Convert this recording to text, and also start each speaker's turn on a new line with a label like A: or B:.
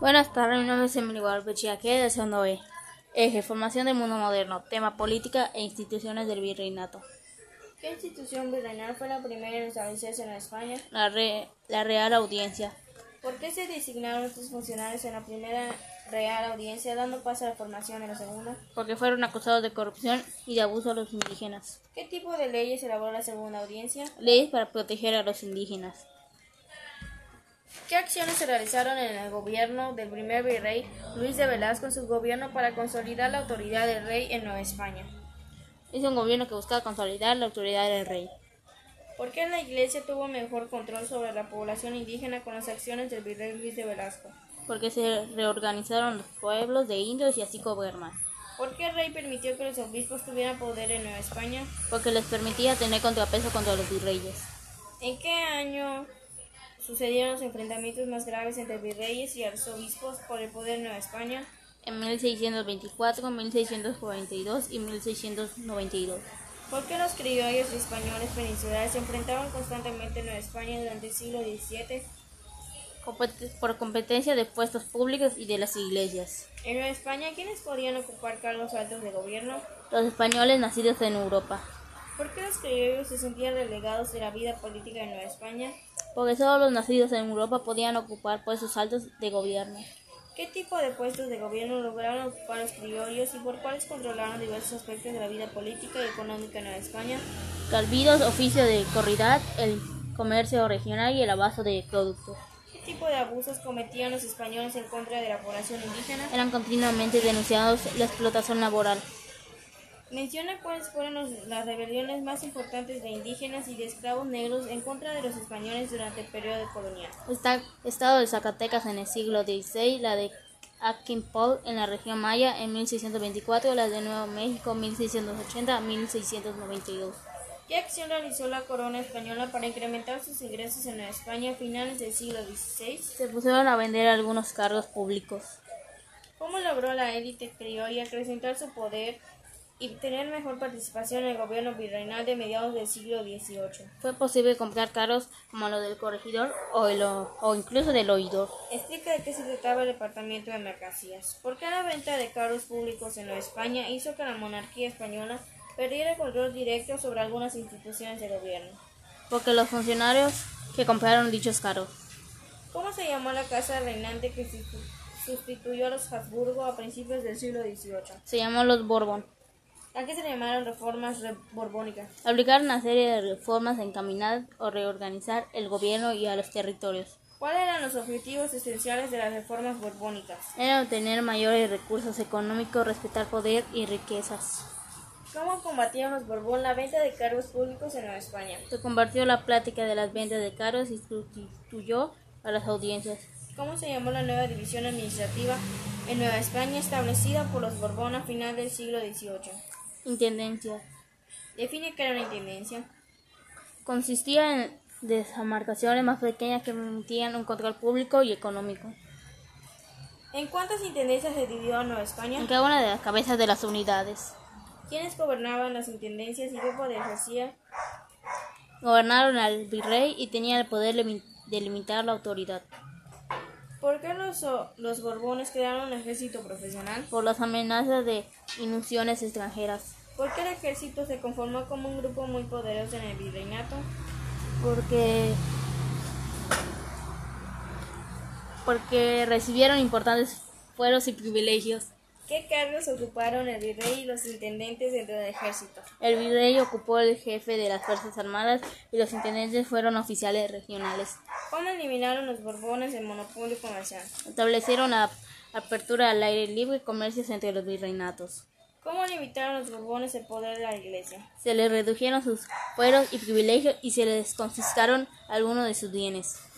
A: Buenas tardes, mi nombre es Emilio Guadalupe Chiaque, de segundo B. Eje, formación del mundo moderno, tema política e instituciones del virreinato.
B: ¿Qué institución virreinal fue la primera en establecerse en España?
A: La, re- la Real Audiencia,
B: ¿Por qué se designaron estos funcionarios en la primera Real Audiencia, dando paso a la formación en la segunda?
A: porque fueron acusados de corrupción y de abuso a los indígenas.
B: ¿Qué tipo de leyes elaboró la segunda audiencia?
A: Leyes para proteger a los indígenas.
B: ¿Qué acciones se realizaron en el gobierno del primer virrey Luis de Velasco en su gobierno para consolidar la autoridad del rey en Nueva España?
A: Es un gobierno que buscaba consolidar la autoridad del rey,
B: ¿Por qué la iglesia tuvo mejor control sobre la población indígena con las acciones del virrey Luis de Velasco?
A: porque se reorganizaron los pueblos de indios y así gobernar,
B: ¿Por qué el rey permitió que los obispos tuvieran poder en Nueva España?
A: porque les permitía tener contrapeso contra los virreyes.
B: ¿En qué año sucedieron los enfrentamientos más graves entre virreyes y arzobispos por el poder en Nueva España?
A: En 1624, 1642 y 1692.
B: ¿Por qué los criollos y españoles peninsulares se enfrentaban constantemente en Nueva España durante el siglo XVII?
A: Compet- por competencia de puestos públicos y de las iglesias.
B: En Nueva España, ¿quiénes podían ocupar cargos altos de gobierno?
A: Los españoles nacidos en Europa,
B: ¿Por qué los criollos se sentían relegados de la vida política en Nueva España?
A: porque solo los nacidos en Europa podían ocupar puestos altos de gobierno,
B: ¿Qué tipo de puestos de gobierno lograron ocupar los criollos y por cuáles controlaron diversos aspectos de la vida política y económica en Nueva España?
A: calvidos, oficio de corridad, el comercio regional y el abasto de productos.
B: ¿Qué tipo de abusos cometían los españoles en contra de la población indígena?
A: Eran continuamente denunciados la explotación laboral.
B: Menciona cuáles fueron los- las rebeliones más importantes de indígenas y de esclavos negros en contra de los españoles durante el periodo colonial.
A: Está estado de Zacatecas en el siglo XVI, la de Akinpol en la región maya en 1624, la de Nuevo México 1680-1692.
B: ¿Qué acción realizó la corona española para incrementar sus ingresos en Nueva España a finales del siglo XVI?
A: Se pusieron a vender algunos cargos públicos.
B: ¿Cómo logró la élite criolla acrecentar su poder y tener mejor participación en el gobierno virreinal de mediados del siglo XVIII?
A: Fue posible comprar cargos como los del corregidor o, el o- o incluso del oidor,
B: Explica de qué se trataba el Departamento de Mercancías. ¿Por qué la venta de carros públicos en Nueva España hizo que la monarquía española perdiera el control directo sobre algunas instituciones del gobierno?
A: porque los funcionarios que compraron dichos cargos.
B: ¿Cómo se llamó la casa reinante que sustitu- sustituyó a los Habsburgo a principios del siglo XVIII?
A: Se llamó los Borbón.
B: ¿A qué se le llamaron reformas re- borbónicas?
A: Aplicaron una serie de reformas encaminadas a reorganizar el gobierno y a los territorios.
B: ¿Cuáles eran los objetivos esenciales de las reformas borbónicas?
A: Era obtener mayores recursos económicos, respetar poder y riquezas.
B: ¿Cómo combatían los Borbón la venta de cargos públicos en Nueva España?
A: Se convirtió la plática de las ventas de cargos y sustituyó a las audiencias.
B: ¿Cómo se llamó la nueva división administrativa en Nueva España establecida por los Borbón a final del siglo XVIII?
A: Intendencias.
B: Define qué era una intendencia.
A: consistía en demarcaciones más pequeñas que permitían un control público y económico.
B: ¿En cuántas intendencias se dividió Nueva España?
A: En cada una de las cabezas de las unidades
B: ¿Quiénes gobernaban las intendencias y qué poder ejercía?
A: gobernaron al virrey y tenían el poder limi- de limitar la autoridad
B: ¿Por qué los, o- los Borbones crearon un ejército profesional?
A: por las amenazas de inundaciones extranjeras,
B: ¿Por qué el ejército se conformó como un grupo muy poderoso en el virreinato?
A: porque porque recibieron importantes fueros y privilegios.
B: ¿Qué cargos ocuparon el virrey y los intendentes dentro del ejército?
A: El virrey ocupó el jefe de las Fuerzas Armadas y los intendentes fueron oficiales regionales.
B: ¿Cómo eliminaron los Borbones el monopolio comercial?
A: Establecieron la apertura al aire libre y comercios entre los virreinatos.
B: ¿Cómo limitaron los borbones el poder de la iglesia?
A: Se les redujeron sus fueros y privilegios y se les confiscaron algunos de sus bienes.